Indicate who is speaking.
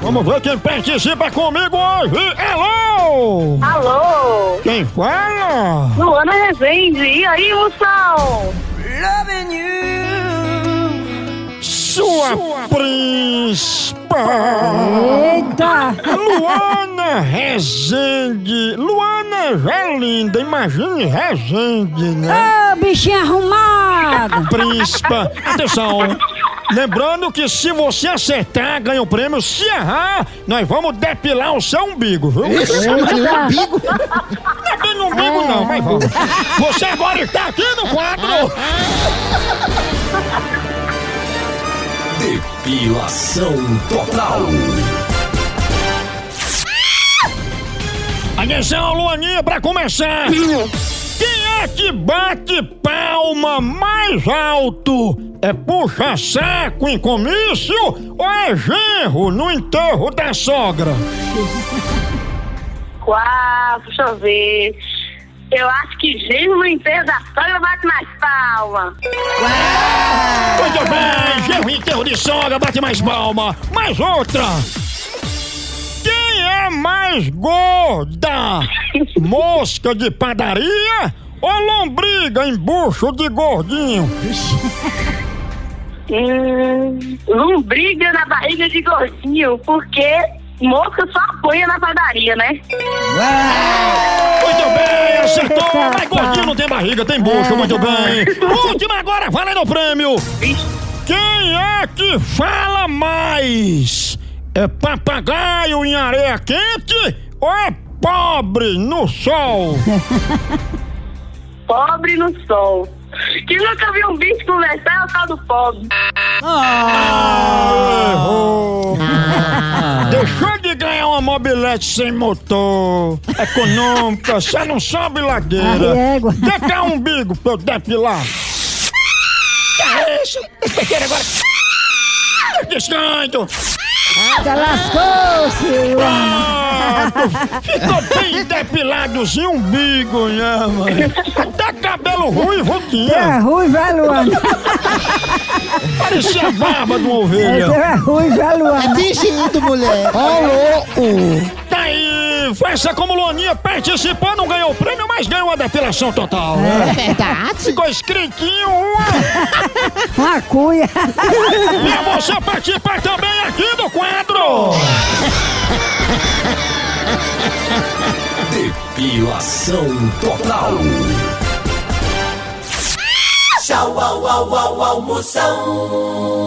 Speaker 1: Vamos ver quem participa comigo hoje. Alô!
Speaker 2: Alô?
Speaker 1: Quem fala?
Speaker 2: Luana Rezende, e aí, moção?
Speaker 1: Sua, principal.
Speaker 3: Eita!
Speaker 1: Luana Rezende. Luana já é linda, imagine Rezende, né?
Speaker 3: Ô, bichinho arrumado!
Speaker 1: Príncipa. Atenção. Lembrando que se você acertar, ganha o prêmio. Se errar, nós vamos depilar o seu umbigo, viu?
Speaker 3: Eita!
Speaker 1: Não é bem no umbigo, não, mas vamos. Você agora está aqui no quadro.
Speaker 4: Depilação total.
Speaker 1: Atenção, Luaninha, pra começar! Quem é que bate palma mais alto? É puxa-saco em comício ou é genro no enterro da sogra?
Speaker 2: Uau, deixa eu ver. Eu acho que gênio no enterro da sogra bate mais palma.
Speaker 1: Muito bem, genro em enterro de sogra bate mais palma. Mais outra! Quem é mais gorda? Mosca de padaria ou lombriga em bucho de gordinho?
Speaker 2: Hum, lombriga na barriga de gordinho, porque mosca só apanha na padaria, né?
Speaker 1: Muito bem, acertou! Mas gordinho não tem barriga, tem bucho, muito bem! Última agora, valendo o prêmio!
Speaker 2: Vixe,
Speaker 1: Quem é que fala mais? É papagaio em areia quente ou é pobre no sol?
Speaker 2: pobre no sol. Que nunca vi um bicho conversar é o tal do pobre.
Speaker 1: Errou! Deixou de ganhar uma mobilete sem motor, econômica, você não sobe ladeira.
Speaker 3: Ai, Ah, égua.
Speaker 1: Dê cá um umbigo pra eu depilar. Que é isso? Despequeira agora. Descanto.
Speaker 3: Tá lascou-se!
Speaker 1: Pronto. Ah, Ficou bem depiladozinho umbigo, né, mano? Até cabelo ruivo
Speaker 3: É
Speaker 1: tinha.
Speaker 3: ruim, vai, Luana!
Speaker 1: Parecia a barba de uma ovelha.
Speaker 3: Então é ruim, vai, Luana!
Speaker 5: Fingindo, mulher.
Speaker 1: Tá aí, faça como Luaninha participou, não ganhou o prêmio, mas ganhou uma depilação total.
Speaker 5: É verdade.
Speaker 1: Ficou escritinho, ué.
Speaker 3: Uma cuia!
Speaker 1: e você participar também aqui do quadro.
Speaker 4: Depilação total.
Speaker 6: Tchau, au, au, au, almoção.